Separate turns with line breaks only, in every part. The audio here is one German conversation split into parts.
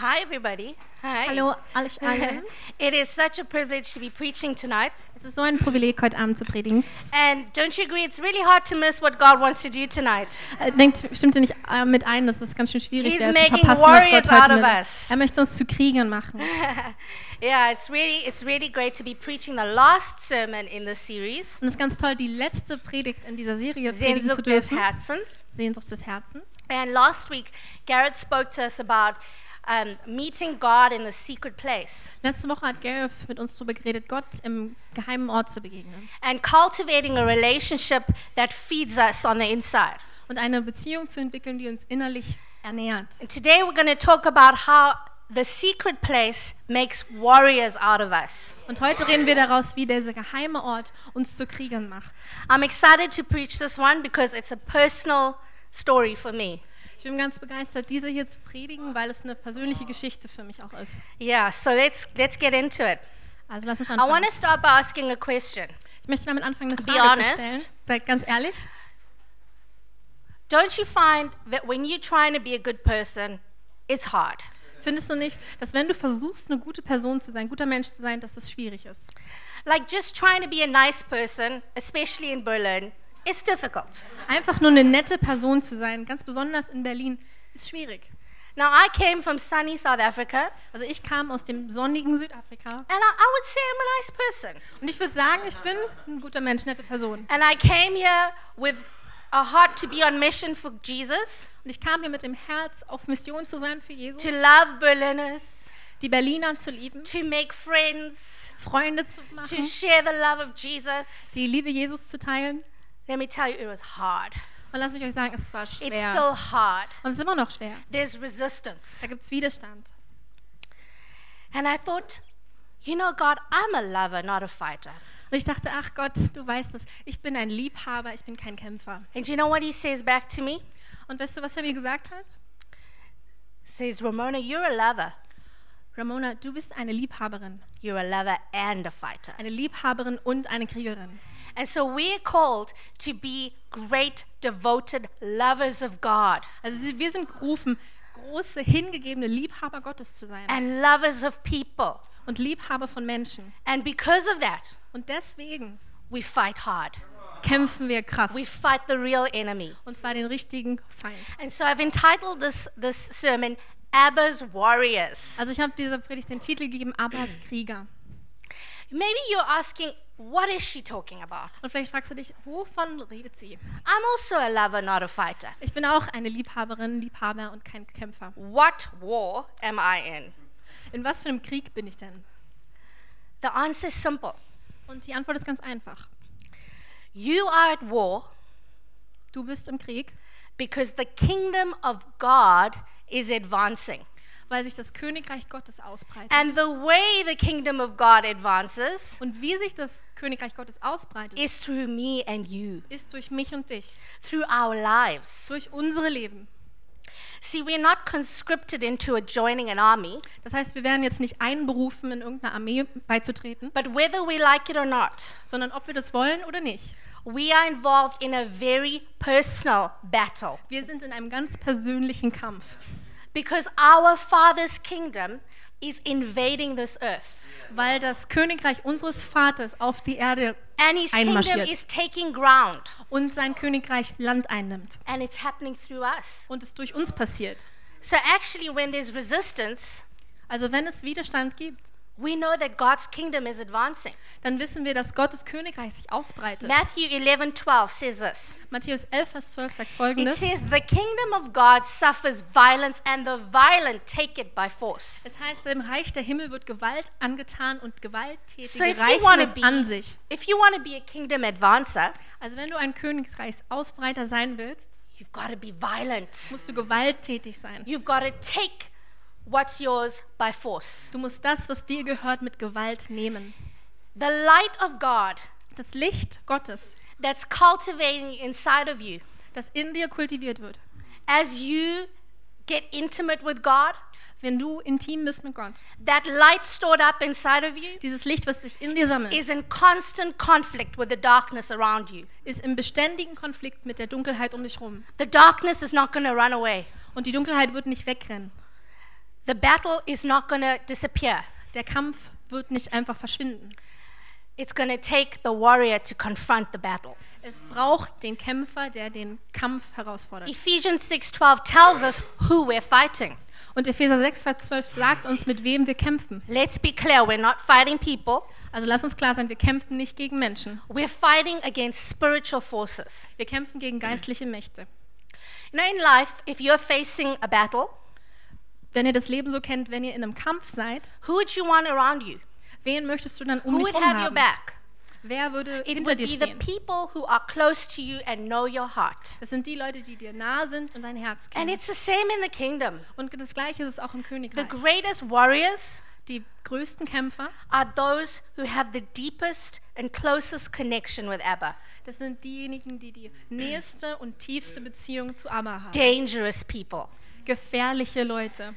Hi, everybody. Hi.
Hallo euch alle.
It is such a privilege to be preaching tonight.
Es ist so ein Privileg, heute Abend zu predigen.
And don't you agree? It's really hard to miss what God wants to do tonight.
Äh, Denkt, stimmt ihr nicht äh, mit ein, dass das ganz schön schwierig
He's
wäre, zu
making
verpassen, was
warriors
Gott
out
heute
of
will.
us.
Er möchte uns zu Kriegern machen. Und
Yeah, it's really, it's really great to be preaching the last sermon in this series,
es ist ganz toll, die letzte Predigt in dieser Serie predigen zu
Sehnsucht des
dürfen.
Herzens.
Sehnsucht des Herzens.
And last week, Garrett spoke to us about um, meeting God in the secret place
Letzte Woche hat Gareth mit uns darüber geredet, Gott im geheimen Ort zu begegnen.
and cultivating a relationship that feeds us on the inside.
Und eine Beziehung zu entwickeln, die uns innerlich ernährt.
And today, we're going to talk about how the secret place makes warriors out of us.
Und heute reden wir daraus, wie dieser geheime Ort uns zu Kriegern macht.
I'm excited to preach this one because it's a personal story for me.
Ich bin ganz begeistert, diese hier zu predigen, weil es eine persönliche Geschichte für mich auch ist.
Yeah, so let's let's get into it.
Also lass uns
I want
anfangen.
to start by asking a question.
Ich möchte damit anfangen, eine
Be
Frage zu
honest.
stellen. Seid ganz ehrlich.
Don't you find that when you're trying to be a good person, it's hard?
Findest du nicht, dass wenn du versuchst, eine gute Person zu sein, guter Mensch zu sein, dass das schwierig ist?
Like just trying to be a nice person, especially in Berlin, it's difficult.
Einfach nur eine nette Person zu sein, ganz besonders in Berlin, ist schwierig.
Now I came from sunny South Africa,
Also ich kam aus dem sonnigen Südafrika
and I, I would say I'm a nice person.
und ich würde sagen, ich bin ein guter Mensch, nette Person.
And I came here with a heart to be on mission for Jesus,
Und ich kam hier mit dem Herz, auf Mission zu sein für Jesus,
to love Berliners,
die Berliner zu lieben,
to make friends,
Freunde zu
to
machen,
share the love of Jesus.
die Liebe Jesus zu teilen.
Let me tell you, it was hard.
Und lasst mich euch sagen, es war
It's
schwer.
still hard.
Und es ist immer noch schwer.
There's resistance.
Da gibt es Widerstand.
And I thought, you know, God, I'm a lover, not a fighter.
Und ich dachte, ach Gott, du weißt es, ich bin ein Liebhaber, ich bin kein Kämpfer.
And you know what he says back to me?
Und weißt du, was er mir gesagt hat?
He says, Ramona, you're a lover.
Ramona, du bist eine Liebhaberin.
You're a lover and a fighter.
Eine Liebhaberin und eine Kriegerin.
And so we're called to be great, devoted lovers of God
Also sie- wir sind gerufen, große, hingegebene Liebhaber Gottes zu sein.
and lovers of people.
Und Liebhaber von Menschen.
And because of that,
Und deswegen
we fight hard.
kämpfen wir krass.
We fight the real enemy.
Und zwar den richtigen Feind.
And so I've entitled this, this sermon, Abba's Warriors.
Also ich habe dieser Predigt den Titel gegeben, Abbas Krieger.
Maybe you're asking, what is she talking about?
Und vielleicht fragst du dich, wovon redet sie?
I'm also a lover, not a fighter.
Ich bin auch eine Liebhaberin, Liebhaber und kein Kämpfer.
What war am I in?
In was für einem Krieg bin ich denn?
The answer is simple.
Und die Antwort ist ganz einfach.
You are at war
Du bist im Krieg,
because the kingdom of God is advancing.
weil sich das Königreich Gottes ausbreitet.
And the way the kingdom of God advances
und wie sich das Königreich Gottes ausbreitet,
is through me and you,
ist durch mich und dich,
through our lives.
durch unsere Leben.
See, we're not conscripted into joining an army,
Das heißt, wir werden jetzt nicht einberufen, in irgendeiner Armee beizutreten,
but whether we like it or not,
sondern ob wir das wollen oder nicht.
we are involved in a very personal battle
Wir sind in einem ganz persönlichen Kampf,
because our Father's kingdom is invading this earth.
weil das Königreich unseres Vaters auf die Erde
And his kingdom
Einmarschiert.
is taking ground.
und sein Königreich Land einnimmt
And it's happening through us.
und es durch uns passiert.
So actually, when there's resistance,
Also wenn es Widerstand gibt,
we know that God's kingdom is advancing.
dann wissen wir, dass Gottes Königreich sich ausbreitet.
Matthew 11 12 says this
Matthäus 11, Vers 12 sagt
It
folgendes.
says, The kingdom of God suffers violence, and the violent take it by force.
Es heißt, im Reich der Himmel wird Gewalt angetan und Gewalttätige
So if you wanna
reichen
be-
es an sich.
If you want to be a kingdom advancer,
Also wenn du ein Königreichsausbreiter sein willst,
you've got to be violent.
musst du gewalttätig sein.
You've got to take what's yours by force.
Du musst das, was dir gehört, mit Gewalt nehmen.
The light of God
Das Licht Gottes,
that's cultivating inside of you
das in dir kultiviert wird.
as you get intimate with God,
Wenn du intim bist mit Gott,
that light stored up inside of you
dieses Licht, was sich in dir sammelt,
is in constant conflict with the darkness around you.
ist im beständigen Konflikt mit der Dunkelheit um dich rum.
The darkness is not going to run away.
Und die Dunkelheit wird nicht wegrennen.
The battle is not going to disappear.
Der Kampf wird nicht einfach verschwinden.
It's going to take the warrior to confront the battle.
Es braucht den Kämpfer, der den Kampf herausfordert.
Ephesians 6:12 tells us who we're fighting.
Und Epheser 6, Vers 12 sagt uns, mit wem wir kämpfen.
Let's be clear, we're not fighting people.
Also lass uns klar sein, wir kämpfen nicht gegen Menschen.
We're fighting against spiritual forces.
Wir kämpfen gegen geistliche Mächte.
You know, in life, if you're facing a battle,
Wenn ihr das Leben so kennt, wenn ihr in einem Kampf seid,
who would you want around you?
wen möchtest du dann um
Who
dich
would
herum
have your
haben?
back?
Wer würde
It
hinter
would
dir
be the
stehen?
people who are close to you and know your heart.
Das sind die Leute, die dir nahe sind und dein Herz
And
kennen.
it's the same in the kingdom.
Und das Gleiche ist es auch im
The
Königreich.
greatest warriors
Die größten Kämpfer,
are those who have the deepest and closest connection with Abba.
das sind diejenigen, die die nächste und tiefste Beziehung zu Abba haben.
Dangerous people.
Gefährliche Leute.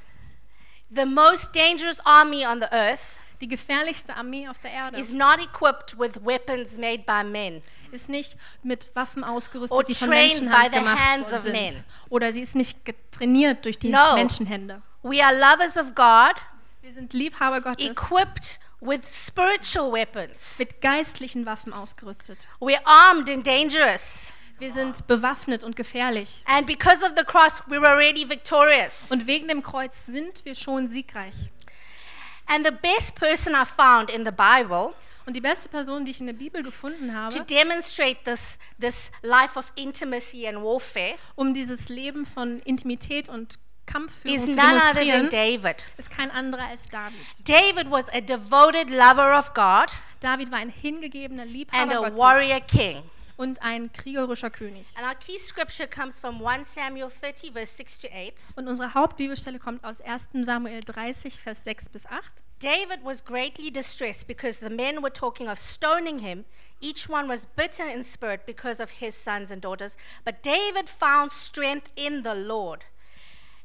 The most dangerous army on the earth
Die gefährlichste Armee auf der Erde
is not equipped with weapons made by men.
ist nicht mit Waffen ausgerüstet,
Or
die von
trained
Menschenhand
by the
gemacht
hands
worden
of
sind.
men.
Oder sie ist nicht getrainiert durch die
No.
Menschenhände.
We are lovers of God,
Wir sind Liebhaber Gottes,
equipped with spiritual weapons.
mit geistlichen Waffen ausgerüstet.
We're armed and dangerous.
Wir sind bewaffnet und gefährlich.
And because of the cross, we're already victorious.
Und wegen dem Kreuz sind wir schon siegreich.
And the best person I found in the Bible
Und die beste Person, die ich in der Bibel gefunden habe,
to demonstrate this, this life of intimacy and warfare
um dieses Leben von Intimität und
is
Kampfführung zu
none other than
demonstrieren,
David.
ist kein anderer als David.
David was a devoted lover of God
David war ein hingegebener
and
Liebhaber
a
Gottes
warrior king.
und ein kriegerischer König.
And our key scripture comes from 1 Samuel 30, verse 6 to 8.
Und unsere Hauptbibelstelle kommt aus 1. Samuel 30, Vers 6 bis 8.
David was greatly distressed because the men were talking of stoning him. Each one was bitter in spirit because of his sons and daughters. But David found strength in the Lord.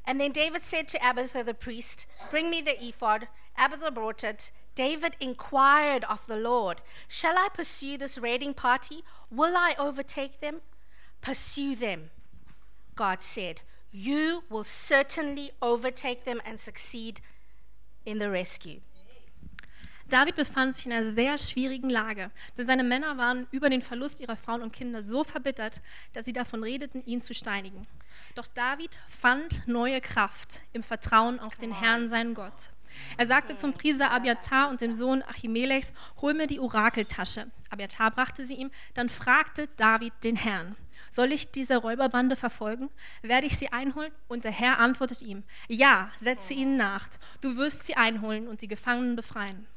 And then David said to Abiathar the priest, Bring me the ephod. Abiathar brought it. David inquired of the Lord, Shall I pursue this raiding party? Will I overtake them? Pursue them. God said, You will certainly overtake them and succeed in the rescue.
David befand sich in einer sehr schwierigen Lage, denn seine Männer waren über den Verlust ihrer Frauen und Kinder so verbittert, dass sie davon redeten, ihn zu steinigen. Doch David fand neue Kraft im Vertrauen auf den Herrn, seinen Gott. Er sagte zum Priester Abiatar und dem Sohn Achimelechs: Hol mir die Orakeltasche. Abiatar brachte sie ihm. Dann fragte David den Herrn: Soll ich diese Räuberbande verfolgen? Werde ich sie einholen? Und der Herr antwortet ihm: Ja, setze ihnen nach. Du wirst sie einholen und die Gefangenen befreien.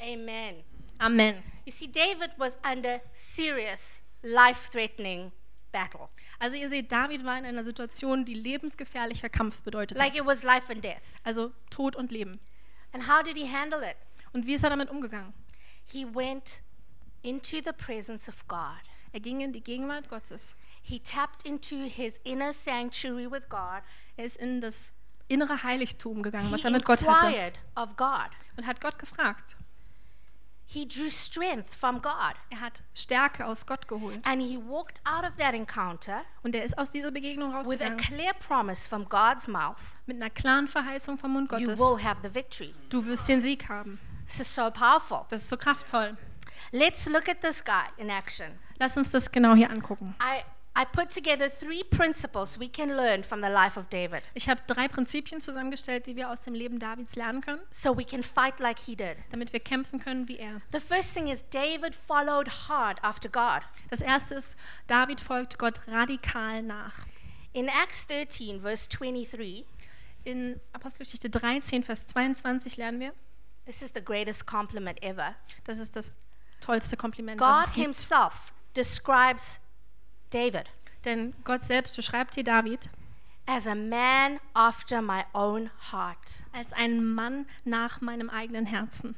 Amen.
Amen.
You see, David was under serious, life threatening battle.
Also ihr seht, David war in einer Situation, die lebensgefährlicher Kampf bedeutete.
Like it was life and death.
also Tod und Leben.
And how did he handle it?
Und wie ist er damit umgegangen?
He went into the presence of God.
Er ging in die Gegenwart Gottes.
He tapped into his inner sanctuary with God.
Er ist in das innere Heiligtum gegangen, was
He
er mit Gott hatte.
inquired of God.
Und hat Gott gefragt.
He drew strength from God.
Er hat Stärke aus Gott geholt.
And he walked out of that encounter
Und er ist aus dieser Begegnung
with a
rausgegangen
clear promise from God's mouth
mit einer klaren Verheißung vom Mund
you
Gottes.
will have the victory.
Du wirst den Sieg haben.
This is so powerful.
Das ist so kraftvoll.
Let's look at this guy in action.
Lass uns das genau hier angucken.
I, I put together three principles we can learn from the life of David
Ich habe drei Prinzipien zusammengestellt, die wir aus dem Leben Davids lernen können,
so we can fight like he did.
damit wir kämpfen können wie er.
The first thing is David followed hard after God.
Das erste ist, David folgt Gott radikal nach.
In Acts 13, verse 23,
In Apostelgeschichte 13, Vers 22 lernen wir,
this is the greatest compliment ever.
das ist das tollste Kompliment, was
God
es gibt.
himself describes David
Denn Gott selbst beschreibt hier David
as a man after my own heart.
als einen Mann nach meinem eigenen Herzen.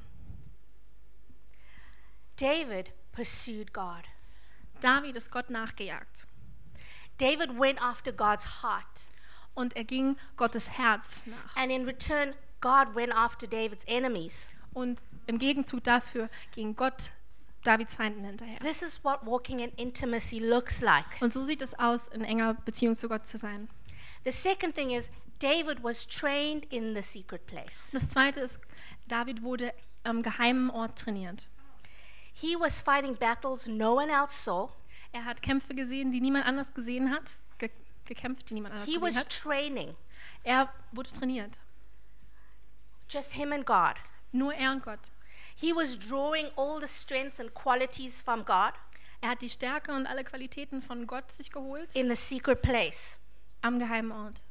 David pursued God.
David ist Gott nachgejagt
David went after God's heart.
und er ging Gottes Herz nach.
And in return, God went after David's enemies.
Und im Gegenzug dafür ging Gott Davids Feinden hinterher.
This is what walking in intimacy looks like.
Und so sieht es aus, in enger Beziehung zu Gott zu sein.
The second thing is David was trained in the secret place.
Das zweite ist, David wurde am geheimen Ort trainiert.
He was fighting battles no one else saw.
Er hat Kämpfe gesehen, die niemand anders gesehen hat, ge gekämpft, die niemand anders
He
gesehen
was
hat.
training,
Er wurde trainiert.
just him and God.
Nur er und Gott.
He was drawing all the strengths and qualities from God
Er hat die Stärke und alle Qualitäten von Gott sich geholt
in the secret place.
am geheimen Ort.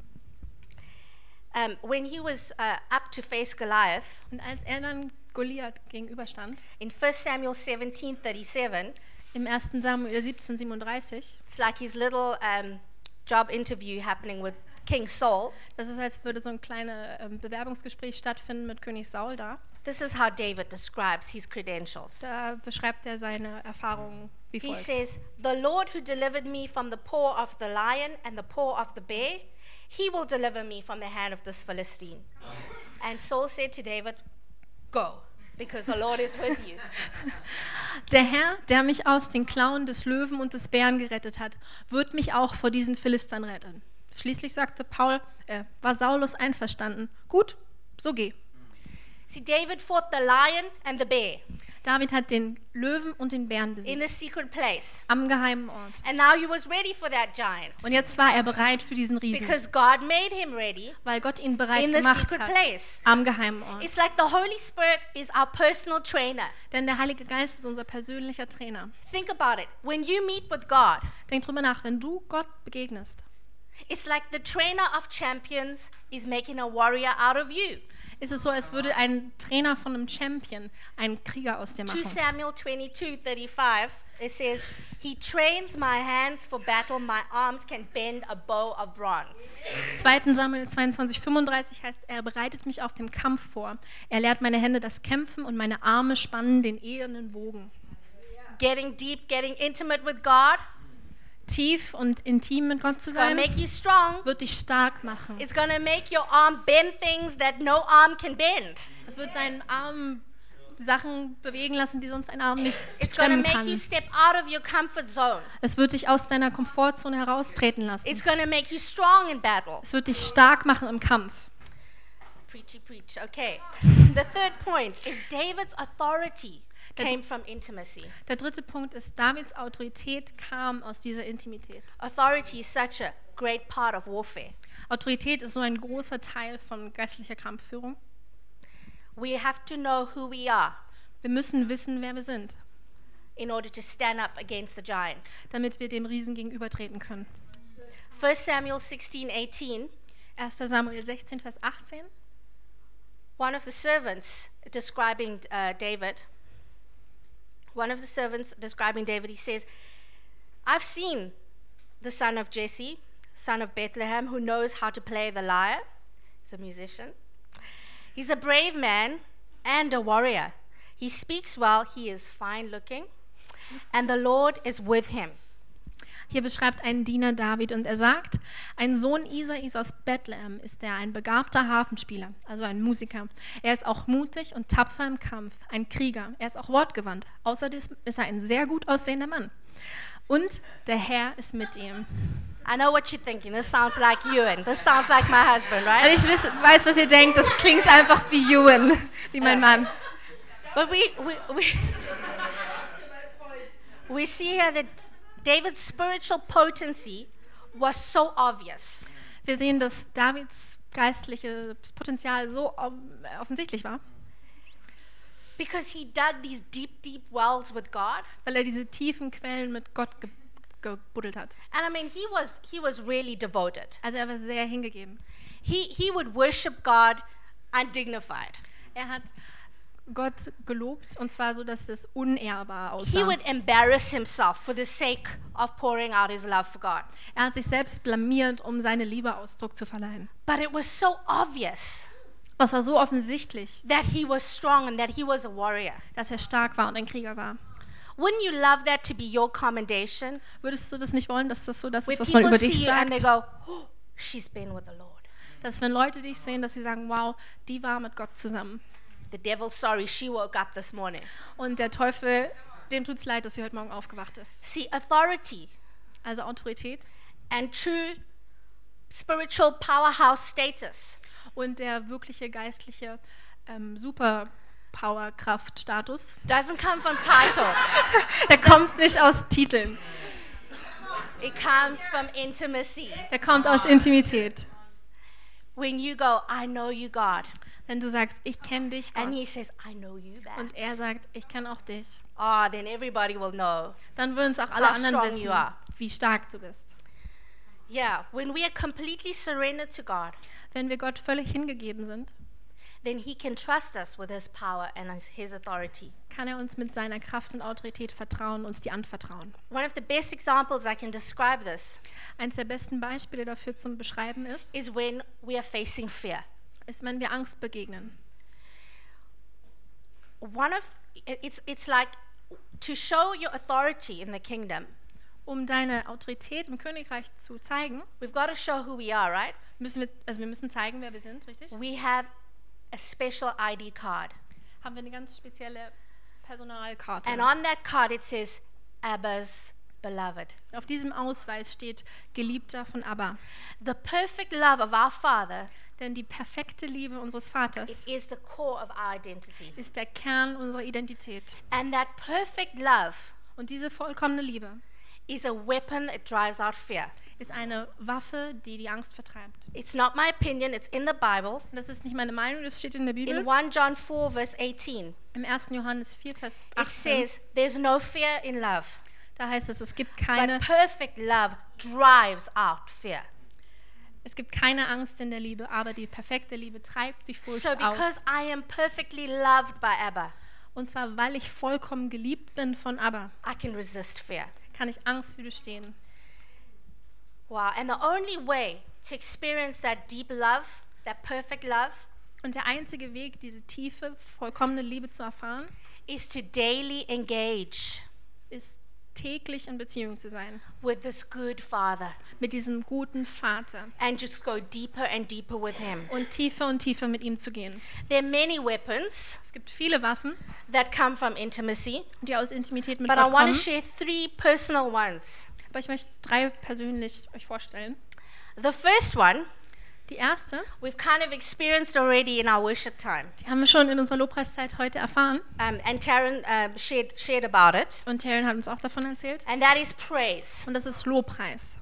Um, when he was uh, up to face Goliath,
Und als er dann Goliath gegenüberstand,
in 1 Samuel 17 37,
im 1. Samuel 1737,
it's like his little um, job interview happening with King Saul.
das ist, als würde so ein kleines ähm, Bewerbungsgespräch stattfinden mit König Saul da.
This is how David describes his credentials.
Da beschreibt er seine Erfahrungen wie
He
folgt.
says, The Lord who delivered me from the paw of the lion and the paw of the bear, he will deliver me from the hand of this Philistine. And Saul said to David, Go, because the Lord is with you.
Der Herr, der mich aus den Klauen des Löwen und des Bären gerettet hat, wird mich auch vor diesen Philistern retten. Schließlich sagte Paul, äh, war Saulus einverstanden. Gut, so geh.
See, David fought the lion and the bear
David hat den Löwen und den Bären
in
besiegt.
a secret place.
Am geheimen Ort.
And now he was ready for that giant
Und jetzt war er bereit für diesen Riesen,
because God made him ready
weil Gott ihn bereit
in the
gemacht
secret
hat.
place.
Am geheimen Ort.
It's like the Holy Spirit is our personal trainer.
Denn der Heilige Geist ist unser persönlicher Trainer.
Think about it. When you meet with God,
Denk drüber nach, wenn du Gott begegnest,
It's like the trainer of champions is making a warrior out of you.
ist es so, als würde ein Trainer von einem Champion einen Krieger aus dir
2
machen.
Samuel 22 35, it says, He trains my hands for battle, my arms can bend a bow of bronze.
2. Samuel 22, 35 heißt, er bereitet mich auf dem Kampf vor. Er lehrt meine Hände das Kämpfen und meine Arme spannen den ehernen Bogen.
Getting deep, getting intimate with God,
Tief und intim mit Gott zu
it's gonna
sein,
make you strong.
wird dich stark machen.
It's gonna make your arm bend things that no arm can bend.
Es wird deinen Arm Sachen bewegen lassen, die sonst ein Arm nicht
It's gonna
stemmen
make you
kann.
step out of your comfort zone.
Es wird dich aus deiner Komfortzone heraustreten lassen.
It's gonna make you strong in battle.
Es wird dich stark machen im Kampf.
Preachy preach. Okay. The third point is David's authority
That's-
came from intimacy.
Der dritte Punkt ist, Davids Autorität kam aus dieser Intimität.
Authority is such a great part of warfare.
Autorität ist so ein großer Teil von geistlicher Kampfführung.
We have to know who we are
Wir müssen wissen, wer wir sind,
in order to stand up against the giant.
damit wir dem Riesen gegenübertreten können.
1 Samuel 16 18,
1. Samuel 16, Vers 18.
one of the servants describing uh, David, one of the servants describing David, he says, I've seen the son of Jesse, son of Bethlehem, who knows how to play the lyre. He's a musician. He's a brave man and a warrior. He speaks well, he is fine looking, and the Lord is with him.
Hier beschreibt einen Diener David und er sagt, ein Sohn Isais aus Bethlehem ist er, ein begabter Hafenspieler, also ein Musiker. Er ist auch mutig und tapfer im Kampf, ein Krieger. Er ist auch wortgewandt. Außerdem ist er ein sehr gut aussehender Mann. Und der Herr ist mit ihm.
I know what you're thinking. This sounds like Ewan. This sounds like my husband,
Und
right?
ich wiss- weiß, was ihr denkt, das klingt einfach wie Ewan, wie mein Mann.
But we, we, we, we see here that David's spiritual potency was so obvious.
Wir sehen, dass Davids geistliches Potenzial so ob- offensichtlich war,
Because he dug these deep, deep wells with God.
weil er diese tiefen Quellen mit Gott ge gebuddelt hat.
And I mean, he was, he was really devoted.
Also er war sehr hingegeben.
He, he would worship God undignified.
Er hat Gott gelobt und zwar so, dass das unehrbar
He
aussah.
would embarrass himself for the sake of pouring out his love for God.
Er hat sich selbst blamiert, um seine Liebe Ausdruck zu verleihen.
But it was so obvious
Was war so offensichtlich,
that he was strong and that he was a warrior.
dass er stark war und ein Krieger war.
Wouldn't you love that to be your commendation?
Würdest du das nicht wollen, dass das so das
Where
ist, was man
people
über
see
dich
you and they
sagt?
go, oh, she's been with the Lord.
Dass wenn Leute dich sehen, dass sie sagen, wow, die war mit Gott zusammen.
The devil, sorry, she woke up this morning.
Und der Teufel, dem tut's leid, dass sie heute Morgen aufgewacht ist.
See, authority
Also Autorität
and true spiritual powerhouse status.
Und der wirkliche geistliche ähm, Superpower-Kraft-Status,
Doesn't come from titles.
der kommt nicht aus Titeln,
It comes from intimacy.
der kommt aus Intimität.
When you go, I know you, God.
Wenn du sagst, ich kenne dich
And He
Gott,
says, I know you back.
und er sagt, ich kenne auch dich,
Ah, then everybody will know.
dann würden es auch alle
How
anderen
strong
wissen,
you are.
wie stark du bist.
Yeah, when we are completely surrendered to God,
Wenn wir Gott völlig hingegeben sind,
then He can trust us with His power and His- His authority.
kann er uns mit seiner Kraft und Autorität vertrauen, uns die anvertrauen.
One of the best examples I can describe this
Eines der besten Beispiele dafür zum Beschreiben ist,
is when we are facing fear.
ist, wenn wir Angst begegnen.
One of it's it's like to show your authority in the kingdom.
Um deine Autorität im Königreich zu zeigen,
We've got to show who we are, right?
müssen wir, also wir müssen zeigen, wer wir sind, richtig?
We have a special ID card.
Haben wir eine ganz spezielle Personalkarte.
And on that card it says Abba's beloved.
Auf diesem Ausweis steht Geliebter von Abba.
The perfect love of our Father
Denn die perfekte Liebe unseres
it
Vaters
is the core of our identity.
ist der Kern unserer Identität.
And that perfect love
Und diese vollkommene Liebe
is a weapon that drives out fear.
ist eine Waffe, die die Angst vertreibt.
It's not my opinion, it's in the Bible.
Und das ist nicht meine Meinung, das steht in der Bibel.
In 1 John 4, verse 18,
Im 1. Johannes 4, Vers
it
18,
says, There's no fear in love,
da heißt es, es gibt, keine,
but perfect love drives out fear.
es gibt keine Angst in der Liebe, aber die perfekte Liebe treibt die Furcht
So, because
aus.
I am perfectly loved by Abba,
Und zwar, weil ich vollkommen geliebt bin von Abba,
I can resist fear.
kann ich Angst widerstehen.
Wow. And the only way to experience that deep love, that perfect love,
Und der einzige Weg, diese tiefe, vollkommene Liebe zu erfahren,
is to daily engage
ist täglich in Beziehung zu sein
with this good Father
mit diesem guten Vater
and just go deeper and deeper with Him.
und tiefer und tiefer mit ihm zu gehen.
There are many weapons
Es gibt viele Waffen,
that come from intimacy,
die aus Intimität mit
but I
Gott
want to share
kommen,
three personal ones.
aber ich möchte drei persönlich euch vorstellen.
The first one
Die erste,
we've kind of experienced already in our worship time,
die haben wir schon in unserer Lobpreiszeit heute erfahren
um, and Taryn um, shared, shared about it,
und Taryn hat uns auch davon erzählt.
and that is praise.
Und das ist Lobpreis.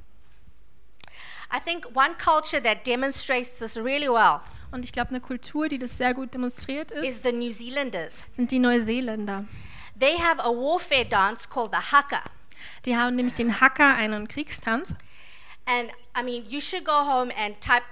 I think one culture that demonstrates this really well
Und ich glaube, eine Kultur, die das sehr gut demonstriert ist,
is the New Zealanders.
sind die Neuseeländer.
They have a warfare dance called the haka.
Die haben nämlich den Hacker, einen Kriegstanz.
And I mean, you should go home and type,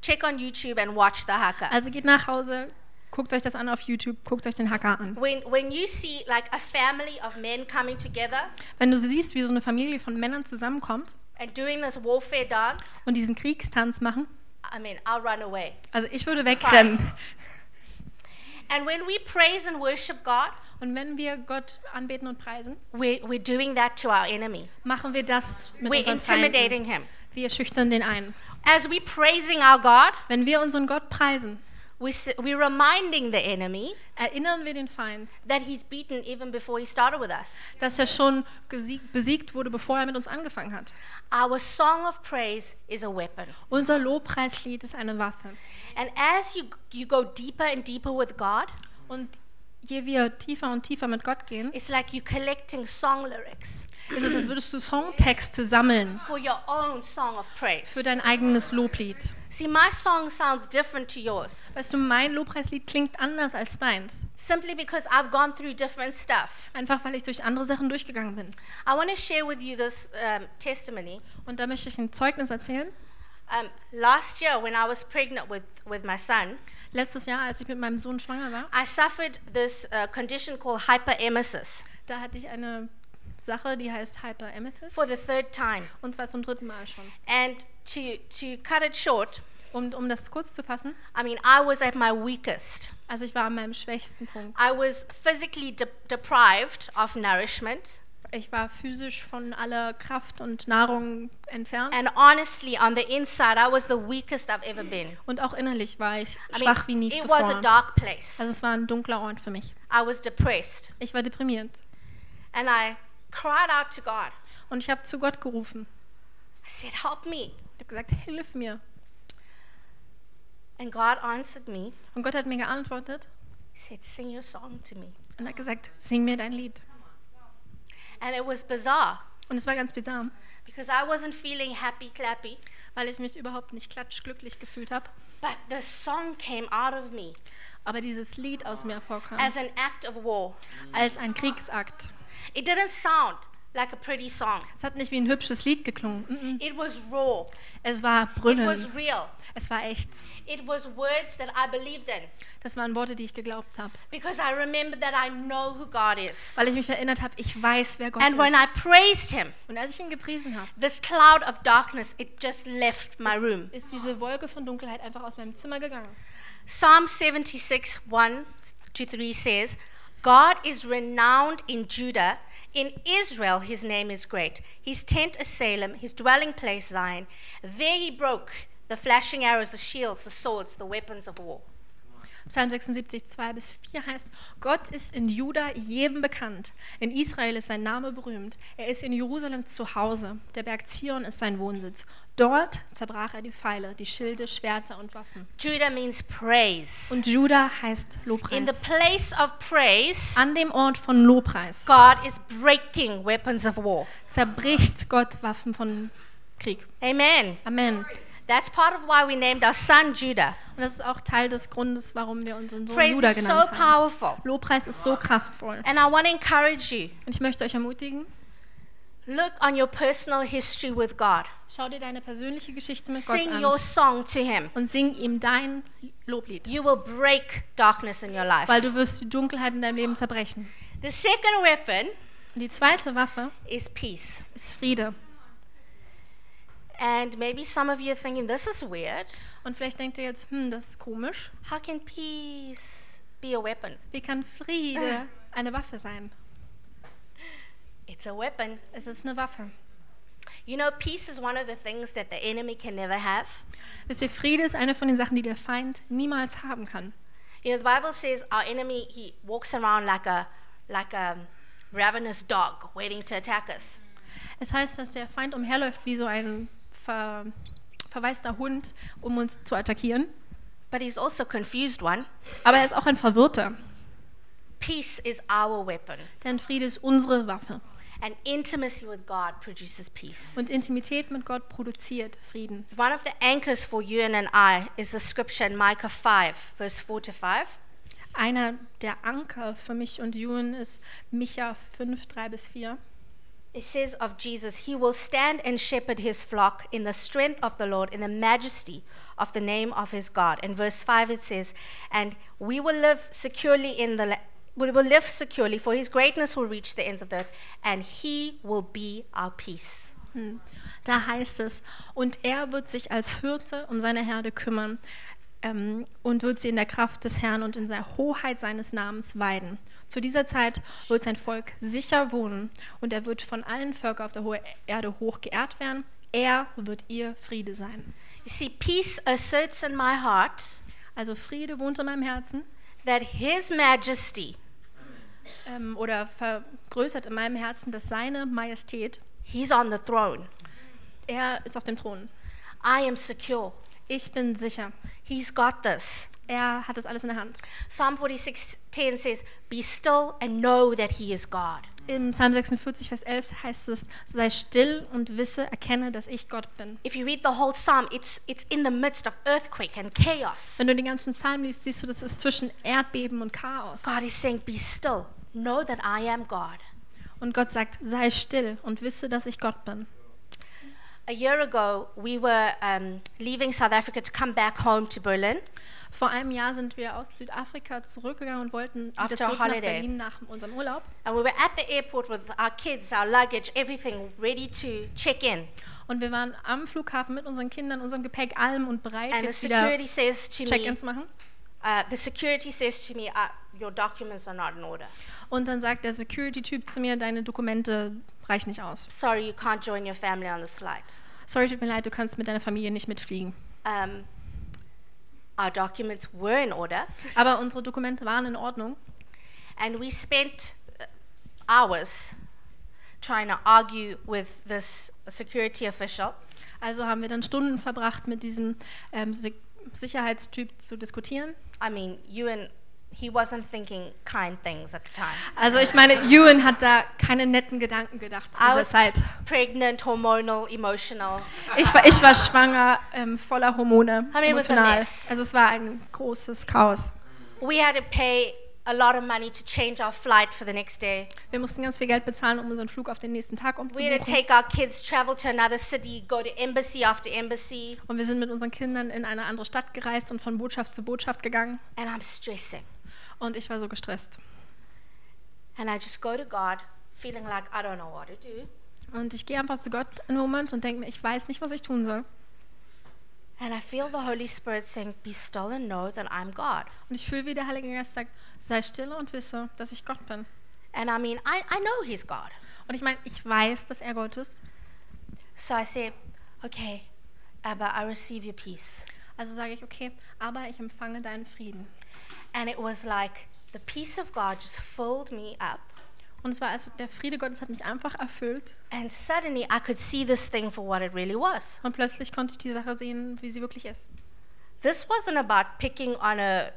check on YouTube and watch the haka.
Also geht nach Hause, guckt euch das an auf YouTube, guckt euch den Hacker an.
When, when you see like a family of men coming together
Wenn du siehst, wie so eine Familie von Männern zusammenkommt
and doing this warfare dance,
und diesen Kriegstanz machen,
I mean, I'll run away.
also ich würde wegrennen.
And when we praise and worship God,
Und wenn wir Gott anbeten und preisen,
we're, we're doing that to our enemy.
machen wir das mit
We're
unseren Feinden.
intimidating him.
Wir schüchtern den ein.
As we're praising our God,
Wenn wir unseren Gott preisen,
we s- we're reminding the enemy
erinnern wir den Feind,
that he's beaten even before he started with us.
dass er schon gesiegt, besiegt wurde, bevor er mit uns angefangen hat.
Our song of praise is a weapon.
Unser Lobpreislied ist eine Waffe.
And as you, you go deeper and deeper with God,
Und je wir tiefer und tiefer mit Gott gehen,
it's like you're collecting song lyrics
ist es, als würdest du Songtexte sammeln
for your own song of praise.
für dein eigenes Loblied.
See, my song sounds different to yours
Weißt du, mein Lobpreislied klingt anders als deins.
simply because I've gone through different stuff.
Einfach weil ich durch andere Sachen durchgegangen bin.
I want to share with you this um, testimony.
Und da möchte ich ein Zeugnis erzählen.
Um, last year, when I was pregnant with, with my son,
Letztes Jahr, als ich mit meinem Sohn schwanger war,
I suffered this uh, condition called hyperemesis
da hatte ich eine Sache, die heißt Hyperemesis.
for the third time.
Und zwar zum dritten Mal schon.
And to, to cut it short,
Und um das kurz zu fassen,
I mean, I was at my weakest.
also ich war an meinem schwächsten Punkt.
I was physically de- deprived of nourishment
Ich war physisch von aller Kraft und Nahrung entfernt.
and honestly on the inside I was the weakest I've ever been.
Und auch innerlich war ich
I mean,
schwach wie nie
it was
zuvor.
a dark place.
Also es war ein dunkler Ort für mich.
I was depressed
Ich war deprimiert.
and I cried out to God.
Und ich habe zu Gott gerufen.
I said, "Help me.
Ich habe gesagt, hilf mir.
And God answered me.
Und Gott hat mir geantwortet
He said, Sing your song to me.
und hat gesagt, sing mir dein Lied.
And it was bizarre
Und es war ganz bizarr,
because I wasn't feeling happy clappy,
weil ich mich überhaupt nicht klatschglücklich gefühlt habe,
but the song came out of me
aber dieses Lied aus mir hervorkam
as an act of war.
als ein Kriegsakt.
It didn't sound like a pretty song,
Es hat nicht wie ein hübsches Lied geklungen. Mm -mm.
it was raw,
Es war
it was
brüllen.
real,
Es war echt.
it was words that I believed in
Das waren Worte, die ich geglaubt habe,
because I remembered that I know who God is.
weil ich mich erinnert habe, ich weiß, wer Gott
And when I
ist.
praised Him,
Und als ich ihn gepriesen habe,
this cloud of darkness, it just left my room.
ist diese Wolke von Dunkelheit einfach aus meinem Zimmer gegangen.
Psalm 76, 1 to 3 says, God is renowned in Judah. In Israel, his name is great. His tent is Salem, his dwelling place Zion. There he broke the flashing arrows, the shields, the swords, the weapons of war.
Psalm 76, 2 bis 4 heißt, Gott ist in Juda jedem bekannt. In Israel ist sein Name berühmt. Er ist in Jerusalem zu Hause. Der Berg Zion ist sein Wohnsitz. Dort zerbrach er die Pfeile, die Schilde, Schwerter und Waffen.
Judah means praise.
Und Juda heißt
In the
Lobpreis.
place of praise,
An dem Ort von Lobpreis
God is breaking weapons of war.
zerbricht Gott Waffen von Krieg.
Amen.
Amen.
That's part of why we named our son Judah.
Und das ist auch Teil des Grundes, warum wir unseren Sohn
Praise
Juda
is so
genannt haben.
powerful.
Lobpreis ist so kraftvoll.
And I want to encourage you
Und ich möchte euch ermutigen,
Look on your personal history with God.
schau dir deine persönliche Geschichte mit Gott
Sing
an.
your song to Him.
und sing ihm dein Loblied,
You will break darkness in your life.
weil du wirst die Dunkelheit in deinem Leben zerbrechen.
The second weapon
Und die zweite Waffe
is peace.
ist Friede.
And maybe some of you are thinking, this is weird.
Und vielleicht denkt ihr jetzt, hm, das ist komisch.
How can peace be a weapon?
Wie kann Friede eine Waffe sein?
It's a weapon.
Es ist eine Waffe.
You know, peace is one of the things that the enemy can never have.
Wisst ihr, Friede ist eine von den Sachen, die der Feind niemals haben kann.
You know, the Bible says our enemy, he walks around like a, like a ravenous dog waiting to attack us.
Es heißt, dass der Feind umherläuft wie so ein ver verwaister Hund, um uns zu attackieren.
But he's also a confused one.
Aber er ist auch ein Verwirrter,
Peace is our weapon.
denn Friede ist unsere Waffe.
And intimacy with God produces peace.
Und Intimität mit Gott produziert Frieden.
One of the anchors for you and an I is the scripture in Micah 5, verse 4 to 5.
Einer der Anker für mich und Jun ist Micha 5, 3 bis 4.
It says of Jesus, He will stand and shepherd His flock in the strength of the Lord, in the majesty of the name of His God. In verse 5, it says, And we will live securely in the la- we will live securely, for his greatness will reach the ends of the earth, and he will be our peace.
Hm. Da heißt es, und er wird sich als Hirte um seine Herde kümmern ähm, und wird sie in der Kraft des Herrn und in der Hoheit seines Namens weiden. Zu dieser Zeit wird sein Volk sicher wohnen und er wird von allen Völkern auf der hohen Erde hoch geehrt werden. Er wird ihr Friede sein.
You see, peace asserts in my heart
Also Friede wohnt in meinem Herzen
that his majesty,
ähm, oder vergrößert in meinem Herzen, dass seine Majestät
he's on the throne.
Er ist auf dem Thron.
I am secure.
Ich bin sicher.
He's got this.
Er hat das alles in der Hand.
Psalm 46:10 says, "Be still and know that he is God."
Im Psalm 46, Vers 11 heißt es, sei still und wisse, erkenne, dass ich Gott bin.
If you read the whole psalm, it's it's in the midst of earthquake and chaos.
Wenn du den ganzen Psalm liest, siehst du, das ist zwischen Erdbeben und Chaos.
God is saying, "Be still. Know that I am God."
Und Gott sagt, sei still und wisse, dass ich Gott bin.
A year ago, we were um, leaving South Africa to come back home to Berlin
Vor einem Jahr sind wir aus Südafrika zurückgegangen und wollten
After
wieder zurück nach
holiday.
Berlin nach unserem Urlaub.
and we were at the airport with our kids, our luggage, everything ready to check in.
Und wir waren am Flughafen mit unseren Kindern, unserem Gepäck, allem und bereit,
And the
jetzt wieder
security says to me,
Check-ins machen.
uh, the security says to me, uh, "Your documents are not in order."
Und dann sagt der Security-Typ zu mir, deine Dokumente reichen nicht aus.
sorry, you can't join your family on this flight.
Sorry, tut mir leid, du kannst mit deiner Familie nicht mitfliegen.
Um, our documents were in order,
Aber unsere Dokumente waren in Ordnung.
and we spent uh, hours trying to argue with this security official.
Also haben wir dann Stunden verbracht mit diesem ähm, Sek- Sicherheitstyp zu diskutieren.
I mean, Ewan, he wasn't thinking kind things at the time.
Also ich meine, Ewan hat da keine netten Gedanken gedacht zu
I
dieser
was
Zeit.
pregnant, hormonal, emotional.
Ich war, ich war schwanger, ähm, voller Hormone,
I mean, it was a
emotional.
mess.
Also es war ein großes Chaos.
We had to pay a lot of money to change our flight for the next day.
Wir mussten ganz viel Geld bezahlen, um unseren Flug auf den nächsten Tag
We had to
umzubuchen.
take our kids, travel to another city, go to embassy after embassy,
Und wir sind mit unseren Kindern in eine andere Stadt gereist und von Botschaft zu Botschaft gegangen.
and I'm stressing.
Und ich war so gestresst.
And I just go to God feeling like I don't know what to do.
Und ich gehe einfach zu Gott einen Moment und denke mir, ich weiß nicht, was ich tun soll.
And I feel the Holy Spirit saying, Be still and know that I'm God.
Und ich fühle, wie der Heilige Geist sagt, sei stille und wisse, dass ich Gott bin.
And I mean, I, I know He's God.
Und ich meine, ich weiß, dass er Gott ist.
So I say, Okay, Abba, I receive your peace.
Also sage ich, okay, aber ich empfange deinen Frieden.
And it was like the peace of God just filled me up.
Und es war also, der Friede Gottes hat mich einfach erfüllt.
And suddenly I could see this thing for what it really was.
Und plötzlich konnte ich die Sache sehen, wie sie wirklich ist.
This wasn't about picking on a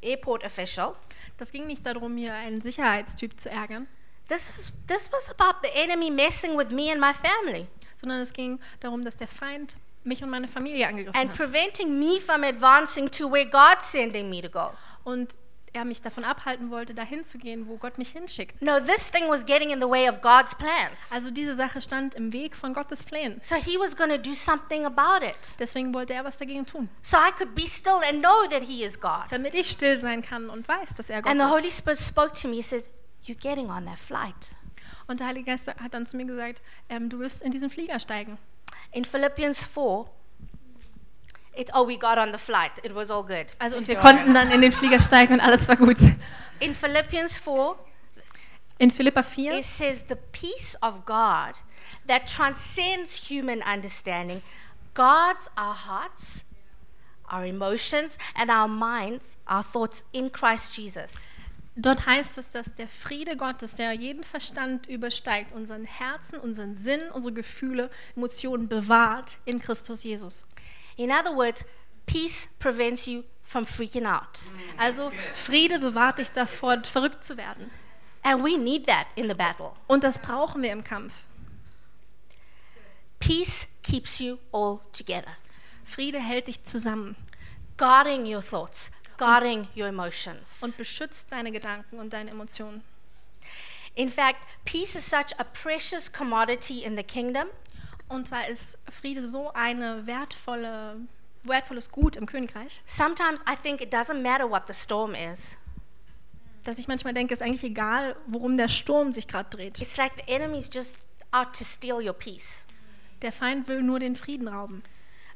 airport official.
Das ging nicht darum, mir einen Sicherheitstyp zu ärgern,
This is this was about the enemy messing with me and my family
sondern es ging darum, dass der Feind mich und meine Familie angegriffen
and
hat.
preventing me from advancing to where God's sending me to go.
Und er mich davon abhalten wollte, dahin zu gehen, wo Gott mich hinschickt.
No, this thing was getting in the way of God's plans.
Also diese Sache stand im Weg von Gottes Plänen.
So he was going to do something about it.
Deswegen wollte er was dagegen tun,
So I could be still and know that he is God.
damit ich still sein kann und weiß, dass er Gott
And the
ist.
Holy Spirit spoke to me. He says, You're getting on that flight.
Und der Heilige Geist hat dann zu mir gesagt, ähm, du wirst in diesen Flieger steigen.
In Philippians 4, it, oh, we got on the flight. It was all good.
Also und wir konnten dann in den Flieger steigen und alles war gut.
In Philippians 4,
In Philippa 4
it says, The peace of God that transcends human understanding guards our hearts, our emotions, and our minds, our thoughts in Christ Jesus.
Dort heißt es, dass der Friede Gottes, der jeden Verstand übersteigt, unseren Herzen, unseren Sinn, unsere Gefühle, Emotionen bewahrt in Christus Jesus.
In other words, peace prevents you from freaking out.
Also Friede bewahrt dich davor, verrückt zu werden.
And we need that in the battle.
Und das brauchen wir im Kampf.
Peace keeps you all together,
Friede hält dich zusammen
guarding your thoughts, guarding your emotions.
und beschützt deine Gedanken und deine Emotionen.
In fact, peace is such a precious commodity in the kingdom
Und zwar ist Friede so eine wertvolle, wertvolles Gut im Königreich,
Sometimes I think it doesn't matter what the storm is.
dass ich manchmal denke, ist eigentlich egal, worum der Sturm sich gerade dreht.
It's like the enemy's just out to steal your peace.
Der Feind will nur den Frieden rauben.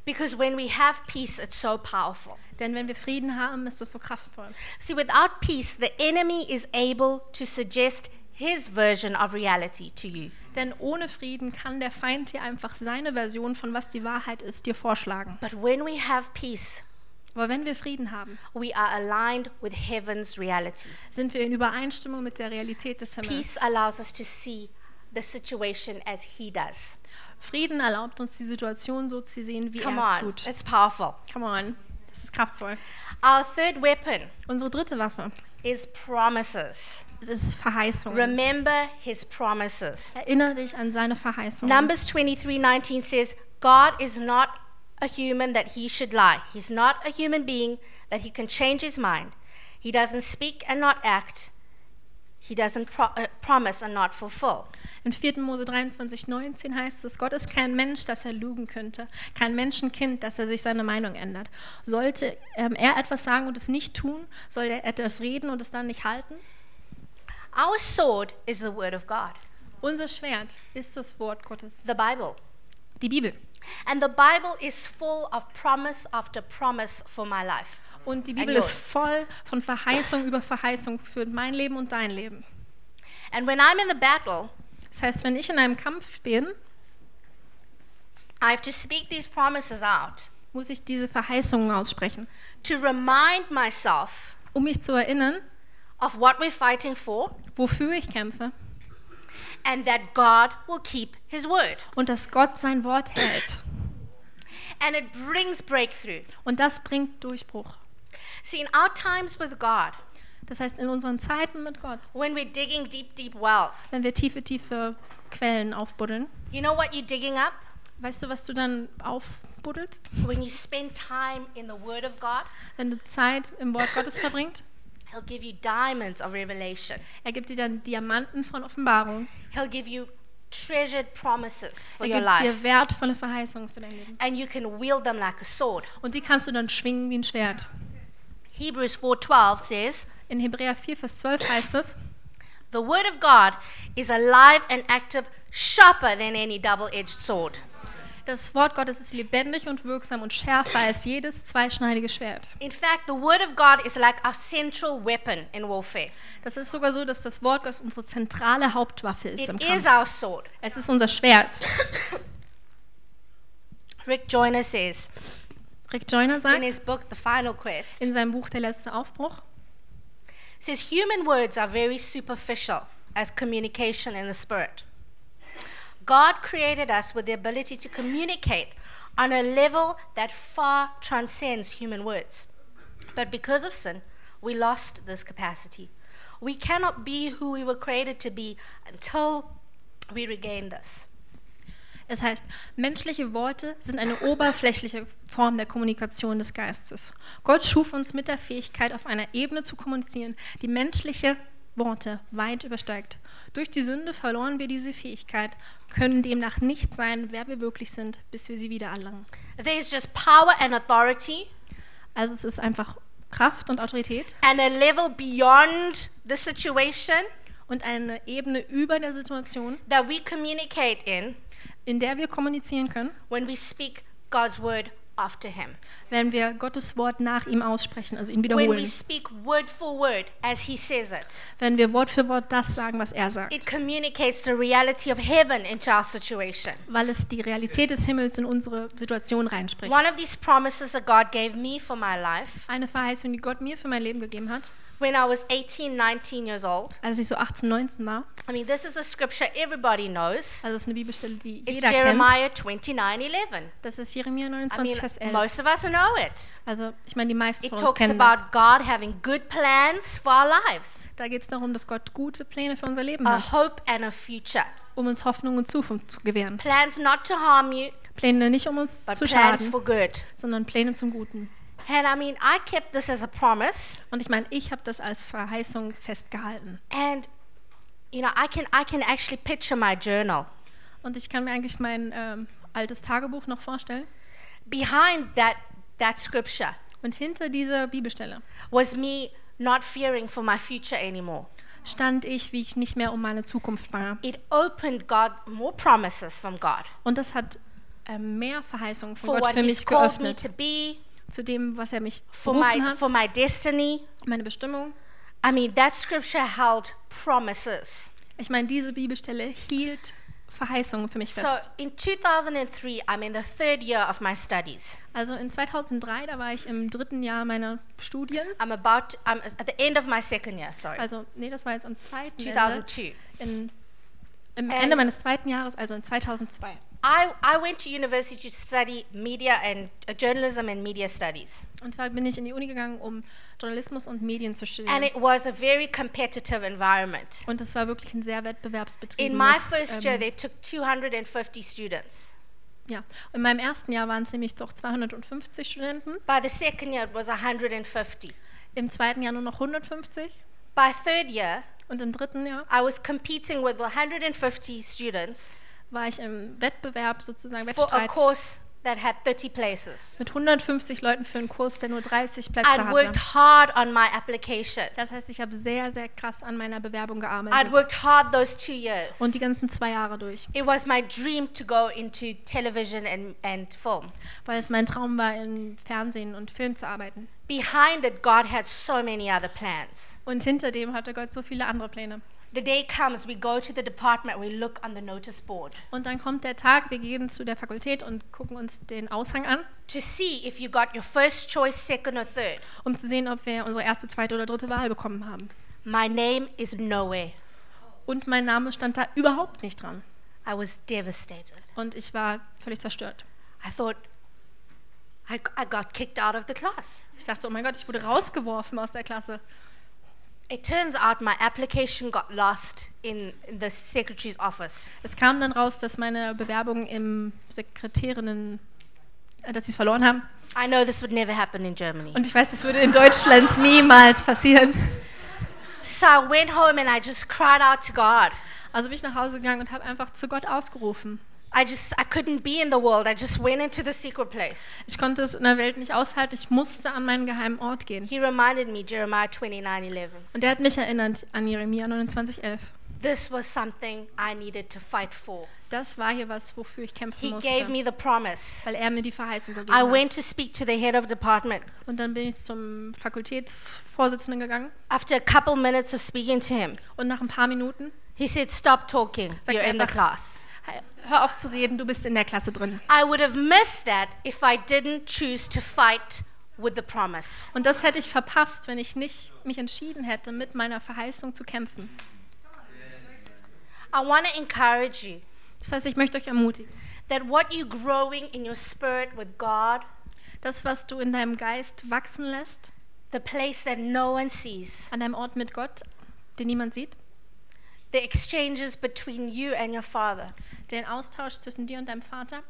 Because when we have peace, it's so powerful.
Denn wenn wir Frieden haben, ist das so kraftvoll.
See, without peace, the enemy is able to suggest his version of reality to you.
Denn ohne Frieden kann der Feind dir einfach seine Version von was die Wahrheit ist, dir vorschlagen.
But when we have peace,
Aber wenn wir Frieden haben,
we are aligned with heaven's reality.
sind wir in Übereinstimmung mit der Realität des Himmels.
Peace allows us to see the situation as he does.
Frieden erlaubt uns, die Situation so zu sehen, wie
Come
er es
on,
tut.
it's powerful.
Come on, das ist kraftvoll.
Our third weapon
Unsere dritte Waffe
is promises.
es ist Verheißung.
Remember his promises.
Erinnere dich an seine Verheißung.
Numbers 23:19 says, God is not a human that he should lie. He's not a human being that he can change his mind. He doesn't speak and not act. He doesn't pro- uh, promise and not fulfill.
In 4. Mose 23, 19 heißt es, Gott ist kein Mensch, dass er lügen könnte, kein Menschenkind, dass er sich seine Meinung ändert. Sollte ähm, er etwas sagen und es nicht tun, soll er etwas reden und es dann nicht halten?
Our sword is the word of God,
Unser Schwert ist das Wort Gottes,
the Bible.
die Bibel.
And the Bible is full of promise after promise for my life.
Und die Bibel
Ein
ist voll von Verheißung über Verheißung für mein Leben und dein Leben.
And when I'm in the battle,
Das heißt, wenn ich in einem Kampf bin,
I have to speak these promises out
muss ich diese Verheißungen aussprechen,
to remind myself
um mich zu erinnern,
of what we're fighting for
wofür ich kämpfe
and that God will keep his word.
und dass Gott sein Wort hält.
and it brings breakthrough.
Und das bringt Durchbruch.
See, in our times with God,
Das heißt, in unseren Zeiten mit Gott,
when we're digging deep, deep wells,
wenn wir tiefe, tiefe Quellen aufbuddeln,
you know what you're digging up?
weißt du, was du dann aufbuddelst?
When you spend time in the Word of God,
Wenn du Zeit im Wort Gottes verbringst,
He'll give you diamonds of revelation.
er gibt dir dann Diamanten von Offenbarung.
He'll give you treasured promises for
Er
your
gibt dir
life.
wertvolle Verheißungen für dein Leben.
And you can wield them like a sword.
Und die kannst du dann schwingen wie ein Schwert.
Hebrews 4:12 says,
In Hebräer 4, Vers 12 heißt es,
"The word of God is alive and active, sharper than any double-edged sword.
das Wort Gottes ist lebendig und wirksam und schärfer als jedes zweischneidige Schwert.
In fact, the word of God is like our central weapon in warfare.
Das ist sogar so, dass das Wort Gottes unsere zentrale Hauptwaffe ist im
It
Kampf.
is our sword."
Es ist unser Schwert.
Rick Joyner says
Rick Joyner
in
sagt
his book The Final Quest,
in seinem Buch Der letzte Aufbruch,
says human words are very superficial as communication in the spirit. God created us with the ability to communicate on a level that far transcends human words. But because of sin, we lost this capacity. We cannot be who we were created to be until we regain this.
Es heißt, menschliche Worte sind eine oberflächliche Form der Kommunikation des Geistes. Gott schuf uns mit der Fähigkeit, auf einer Ebene zu kommunizieren, die menschliche Worte weit übersteigt. Durch die Sünde verloren wir diese Fähigkeit, können demnach nicht sein, wer wir wirklich sind, bis wir sie wieder erlangen.
There's just power and authority
Also es ist einfach Kraft und Autorität
and a level beyond the situation
und eine Ebene über der Situation,
that we communicate in
in der wir kommunizieren können,
when we speak God's word after him.
wenn wir Gottes Wort nach ihm aussprechen, also ihn
When we
wiederholen,
speak word for word as he says it.
wenn wir Wort für Wort das sagen, was er sagt.
It communicates the reality of heaven into our situation.
weil es die Realität des Himmels in unsere Situation reinspricht.
One of these promises that God gave me for my life
Eine Verheißung, die Gott mir für mein Leben gegeben hat,
when I was 18, 19 years old.
als ich so 18, 19 war.
I mean, this is a scripture everybody knows.
Also es ist eine Bibelstelle, die
It's
jeder kennt.
Jeremiah 29:11.
Das ist Jeremia
I
29,
mean,
Vers 11.
most of us know it.
Also ich meine, die meisten
It
von uns
talks
kennen das.
about God having good plans for our lives,
Da geht es darum, dass Gott gute Pläne für unser Leben
a
hat,
hope and a future.
um uns Hoffnung und Zukunft zu gewähren.
Plans not to harm you,
Pläne nicht, um uns
but
zu
plans
schaden,
for good.
sondern Pläne zum Guten.
And I mean, I kept this as a promise,
Und ich meine, ich habe das als Verheißung festgehalten.
and you know, I can I can actually picture my journal.
Und ich kann mir eigentlich mein ähm, altes Tagebuch noch vorstellen.
Behind that that scripture
Und hinter dieser Bibelstelle
was me not fearing for my future anymore.
stand ich, wie ich nicht mehr um meine Zukunft bange.
It opened God more promises from God
Und das hat ähm, mehr Verheißungen von
for
Gott
what
für
He's
mich
called me
geöffnet,
to be,
zu dem, was er mich
for
berufen
my
hat,
for my destiny.
meine Bestimmung.
I mean, that scripture held promises.
Ich meine, diese Bibelstelle hielt Verheißungen für mich
So
fest.
in 2003, I'm in the third year of my studies.
Also in 2003, da war ich im dritten Jahr meiner Studien.
I'm about to, I'm at the end of my second year. Sorry,
Also, nee, das war jetzt am zweiten Ende,
2002.
in, im
And-
Ende meines zweiten Jahres, also in 2002.
I, I went to university to study media and uh, journalism and media studies.
Und zwar bin ich in die Uni gegangen, um Journalismus und Medien zu studieren.
And it was a very competitive environment.
und es war wirklich ein sehr wettbewerbsbetriebenes
In my first
ähm,
year, they took 250 students.
Ja, in meinem ersten Jahr waren es nämlich doch 250 Studenten,
By the second year, it was 150.
im zweiten Jahr nur noch 150
By third year,
und im dritten Jahr
I was competing with 150 students
war ich im Wettbewerb sozusagen
for a
Wettstreit
course that had 30 places.
mit 150 Leuten für einen Kurs, der nur 30 Plätze
I'd worked
hatte.
hard on my application.
Das heißt, ich habe sehr, sehr krass an meiner Bewerbung
I'd
gearbeitet
worked hard those two years.
und die ganzen zwei Jahre durch,
It was my dream to go into television and, and film.
weil es mein Traum war, in Fernsehen und Film zu arbeiten.
Behind it, God had so many other plans.
Und hinter dem hatte Gott so viele andere Pläne.
The day comes, we go to the department, we look on the notice board
Und dann kommt der Tag, wir gehen zu der Fakultät und gucken uns den Aushang an,
to see if you got your first choice, second, or third.
um zu sehen, ob wir unsere erste, zweite oder dritte Wahl bekommen haben.
My name is nowhere.
Und mein Name stand da überhaupt nicht dran.
I was devastated.
Und ich war völlig zerstört.
I thought, I, I got kicked out of the class.
Ich dachte, oh mein Gott, ich wurde rausgeworfen aus der Klasse.
It turns out my application got lost in the secretary's office.
Es kam dann raus, dass meine Bewerbung im Sekretärinnen, äh, dass sie es verloren haben.
I know this would never happen in Germany.
Und ich weiß, das würde in Deutschland niemals passieren.
So I went home and I just cried out to God.
Also bin ich nach Hause gegangen und habe einfach zu Gott ausgerufen.
I just I couldn't be in the world. I just went into the secret place.
Ich konnte es in der Welt nicht aushalten. Ich musste an meinen geheimen Ort gehen.
He reminded me Jeremiah 29:11.
Und er hat mich erinnert an Jeremia 29,11.
This was something I needed to fight for.
Das war hier was, wofür ich kämpfen
He
musste,
gave me the promise.
weil er mir die Verheißung gegeben
I
hat.
went to speak to the head of department.
Und dann bin ich zum Fakultätsvorsitzenden gegangen
After a couple minutes of speaking to him,
und nach ein paar Minuten,
he said, "Stop talking.
Sag
You're in the
einfach-
class."
"Hey, hör auf zu reden, du bist in der Klasse drin.
I would have missed that if I didn't choose to fight with the promise.
Und das hätte ich verpasst, wenn ich nicht mich entschieden hätte, mit meiner Verheißung zu kämpfen.
I want to encourage you
Das heißt, ich möchte euch ermutigen,
that what you're growing in your spirit with God,
das, was du in deinem Geist wachsen lässt,
the place that no one sees,
an einem Ort mit Gott, den niemand sieht,
the exchanges between you and your Father,
den Austausch zwischen dir und deinem Vater,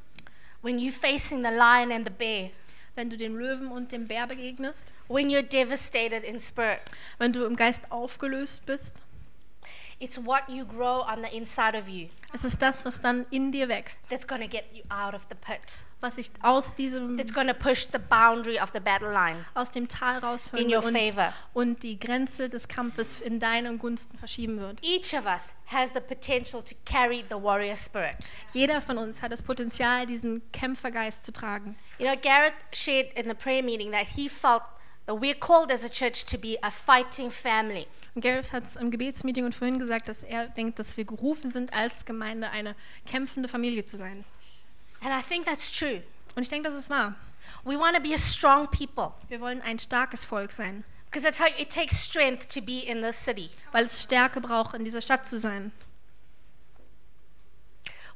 when you're facing the lion and the bear,
wenn du dem Löwen und dem Bär begegnest,
when you're devastated in spirit,
wenn du im Geist aufgelöst bist.
it's what you grow on the inside of you
Es ist das, was dann in dir wächst,
that's going to get you out of the pit,
was sich aus diesem
that's going to push the boundary of the battle line.
aus dem Tal
In
raushören
your
und,
favor.
und die Grenze des Kampfes in deinen Gunsten verschieben wird.
Each of us has the potential to carry the warrior spirit.
Jeder von uns hat das Potenzial, diesen Kämpfergeist zu tragen.
You know, Gareth shared in the prayer meeting that he felt that we're called as a church to be a fighting family.
Und Gareth hat es im Gebetsmeeting und vorhin gesagt, dass er denkt, dass wir gerufen sind, als Gemeinde eine kämpfende Familie zu sein.
And I think that's true.
Und ich denke, das ist wahr.
We want to be a strong people
Wir wollen ein starkes Volk sein,
because that's how it takes strength to be in this city.
weil es Stärke braucht, in dieser Stadt zu sein.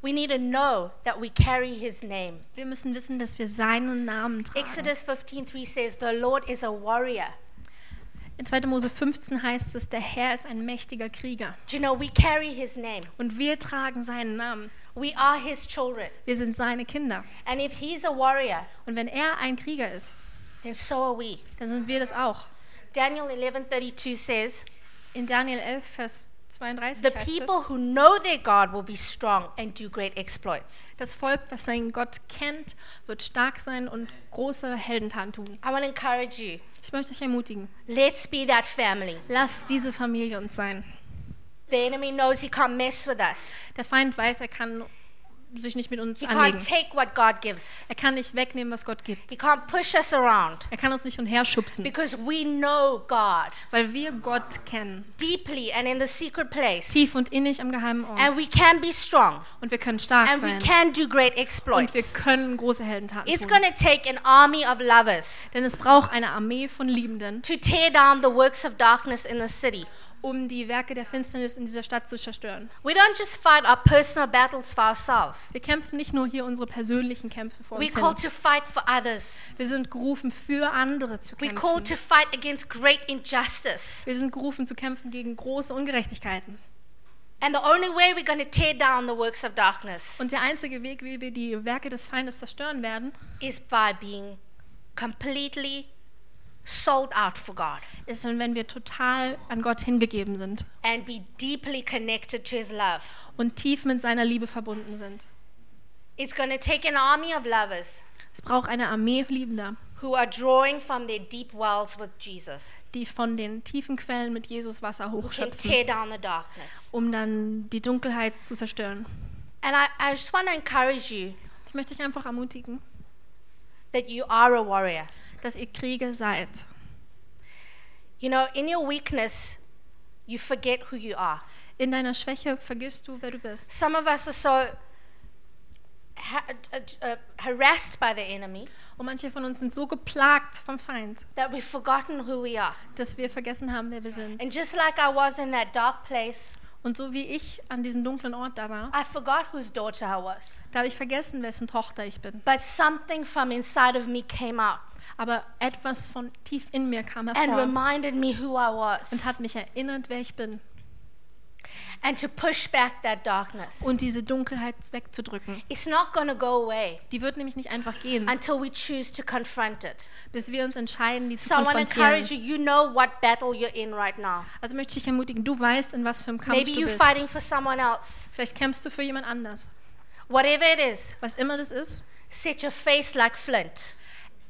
We need to know that we carry his name.
Wir müssen wissen, dass wir seinen Namen tragen.
Exodus 15:3 says, "The Lord is a warrior."
In 2. Mose 15 heißt es, der Herr ist ein mächtiger Krieger.
Do you know we carry his name?
Und wir tragen seinen Namen.
We are his children.
Wir sind seine Kinder.
And if he's a warrior,
Und wenn er ein Krieger ist,
then so are we.
dann sind wir das auch.
Daniel 11:32 says,
In Daniel 11, Vers 32
The
heißt
people who know their God will be strong and do great exploits.
es, das Volk, was seinen Gott kennt, wird stark sein und große Heldentaten tun.
I want to encourage you.
Ich möchte euch ermutigen,
Let's be that family.
lasst diese Familie uns sein.
The enemy knows he can't mess with us.
Der Feind weiß, er kann sich nicht mit uns
He can't
anlegen.
take what God gives.
Er kann nicht wegnehmen, was Gott gibt.
He can't push us around
Er kann uns nicht hinher schubsen,
because we know God
weil wir Gott kennen.
deeply and in the secret place.
Tief und innig am geheimen
And
Ort.
we can be strong
Und wir können stark
and we
sein.
can do great
Und wir
exploits.
können große Heldentaten
It's
tun.
going to take an army of lovers
Denn es braucht eine Armee von Liebenden,
to tear down the works of darkness in the city.
um die Werke der Finsternis in dieser Stadt zu zerstören.
We don't just fight our personal battles for ourselves.
Wir kämpfen nicht nur hier unsere persönlichen Kämpfe vor
We're
uns
called
hin.
to fight for others.
Wir sind gerufen, für andere zu
We're called to
kämpfen.
fight against great injustice.
Wir sind gerufen zu kämpfen gegen große Ungerechtigkeiten.
And the only way we're going to tear down the works of darkness
Und der einzige Weg, wie wir die Werke des Feindes zerstören werden,
is by being completely sold out for God
ist, wenn wir total an Gott hingegeben sind
and be deeply connected to His love.
und tief mit seiner Liebe verbunden sind.
It's going to take an army of lovers
Es braucht eine Armee Liebender,
who are drawing from their deep wells with Jesus
die von den tiefen Quellen mit Jesus Wasser
who can
hochschöpfen,
tear down the darkness.
um dann die Dunkelheit zu zerstören.
And I, I just want to encourage you
Ich möchte dich einfach ermutigen,
that you are a warrior.
dass ihr Krieger seid.
You know, in your weakness, you forget who you are.
In deiner Schwäche vergisst du, wer du bist.
Some of us are so ha- uh, uh, harassed by the enemy
Und manche von uns sind so geplagt vom Feind,
that we've forgotten who we are.
dass wir vergessen haben, wer wir sind.
And just like I was in that dark place,
Und Und so wie ich an diesem dunklen Ort da war,
I forgot whose daughter I was,
da habe ich vergessen, wessen Tochter ich bin.
but something from inside of me came out
Aber etwas von tief in mir kam
and
hervor
reminded me who I was
und hat mich erinnert, wer ich bin.
and to push back that darkness.
Und diese Dunkelheit wegzudrücken.
It's not going to go away
Die wird nämlich nicht einfach gehen,
until we choose to confront it.
bis wir uns entscheiden, die zu
So I want to encourage
konfrontieren.
you, you know what battle you're in right now.
Also möchte ich dich ermutigen, du weißt, in was für einem Kampf
Maybe
du
you're
bist.
fighting for someone else.
Vielleicht kämpfst du für jemand anders.
Whatever it is,
Was immer das ist,
set your face like flint.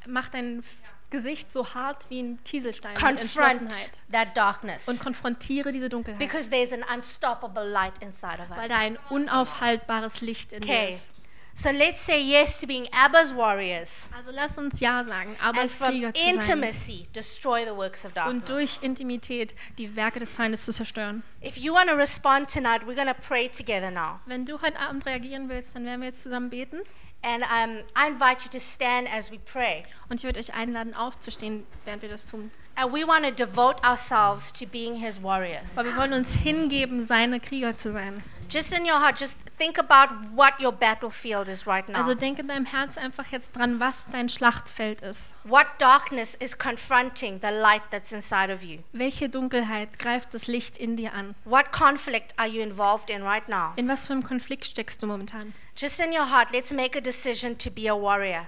mach dein Gesicht so hart wie ein Kieselstein mit
Confront
Entschlossenheit.
that darkness.
Und konfrontiere diese Dunkelheit,
Because there's an unstoppable light inside of
weil da
us.
ein unaufhaltbares Licht in dir
Okay.
ist.
So let's say yes to being Abba's warriors.
Also lass uns Ja sagen, aber
And
als
from
Krieger zu sein.
intimacy, destroy the works of
Und
darkness.
durch Intimität die Werke des Feindes zu zerstören.
If you want to respond tonight, we're going to pray together now.
Wenn du heute Abend reagieren willst, dann werden wir jetzt zusammen beten.
And um, I invite you to stand as we pray.
Und ich würde euch einladen, aufzustehen, während wir das tun.
And we want to devote ourselves to being his warriors.
Aber wir wollen uns hingeben, seine Krieger zu sein.
Just in your heart, just think about what your battlefield is right now.
Also denke in deinem Herz einfach jetzt dran, was dein Schlachtfeld ist.
What darkness is confronting the light that's inside of you?
Welche Dunkelheit greift das Licht in dir an?
What conflict are you involved in right now?
In was für einem Konflikt steckst du momentan?
Just in your heart, let's make a decision to be a warrior,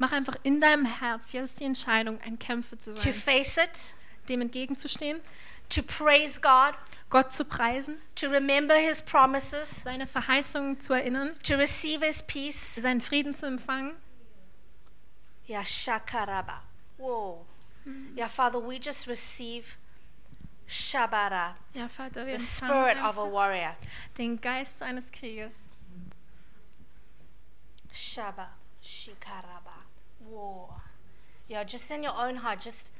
Mach einfach in deinem Herz jetzt die Entscheidung, ein Kämpfer zu
to
sein,
face it,
dem entgegenzustehen,
to praise God,
Gott zu preisen,
to remember his promises,
seine Verheißungen zu erinnern,
to receive his peace.
seinen Frieden zu empfangen.
Yashakaraba. Whoa. Yeah, Father, we just receive Shabara,
Ja, Vater, wir
the
empfangen
spirit of a
einfach
warrior.
den Geist eines Krieges.
Shaba Shikaraba. Whoa. Yeah, just in your own heart, just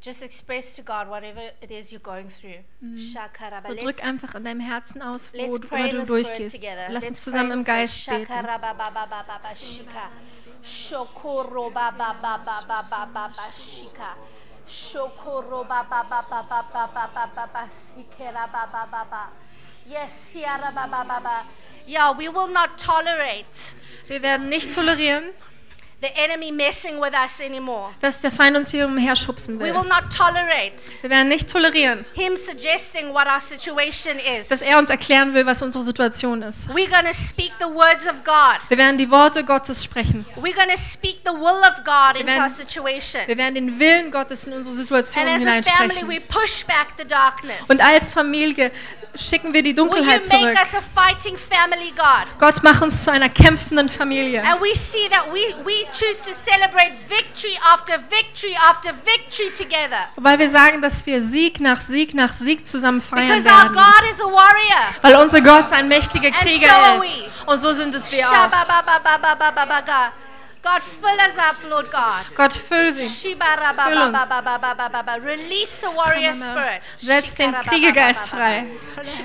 just express to God whatever it is you're going through. Shakaraba.
So drück
Let's,
einfach in deinem Herzen aus, wo
let's
du,
pray
immer
in
du
the spirit
durchgehst.
together.
Lass uns
let's
zusammen im
pray in the
Geist
spirit.
beten.
Shakaraba ba ba ba ba ba shika. Shokoro ba ba ba ba ba ba ba ba shika. Shokoro ba ba ba ba ba ba ba ba ba ba sikera ba ba ba ba. Yes, siara ba ba ba ba. Yeah, we will not tolerate
Wir werden nicht tolerieren,
the enemy messing with us anymore.
dass der Feind uns hier umher schubsen
We
will.
will not tolerate
Wir werden nicht tolerieren,
him suggesting what our situation
dass
is.
er uns erklären will, was unsere Situation ist.
We're going to speak the words of God.
Wir werden die Worte Gottes sprechen.
We're going to speak the will of God into
werden-
our
Wir
situation.
werden den Willen Gottes in unsere Situation
And as a family, we
hineinsprechen.
push back the darkness.
Und als Familie schicken wir die
Will you
Dunkelheit zurück.
make us a fighting family, God?
Gott, mach uns zu einer kämpfenden Familie.
And we see that we, we choose to celebrate victory after victory after victory together.
Weil wir sagen, dass wir Sieg nach Sieg nach Sieg zusammen feiern
Because our
werden.
God is a warrior.
Weil unser Gott ein mächtiger
so are
Krieger
we.
ist. Und so sind es wir auch.
Shabba-ba-ba-ba-ba-ba-ba-ba-ga. God, fill us up, Lord God.
Gott, füll sie.
Shibarababababababababa. Release the warrior spirit.
Setz den Kriegergeist frei.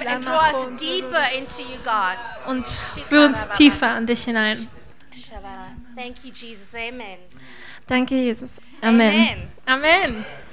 And draw us deeper into you, God.
Und führ uns tiefer an dich hinein.
Shabara. Thank you, Jesus. Amen.
Danke, Jesus. Amen. Amen.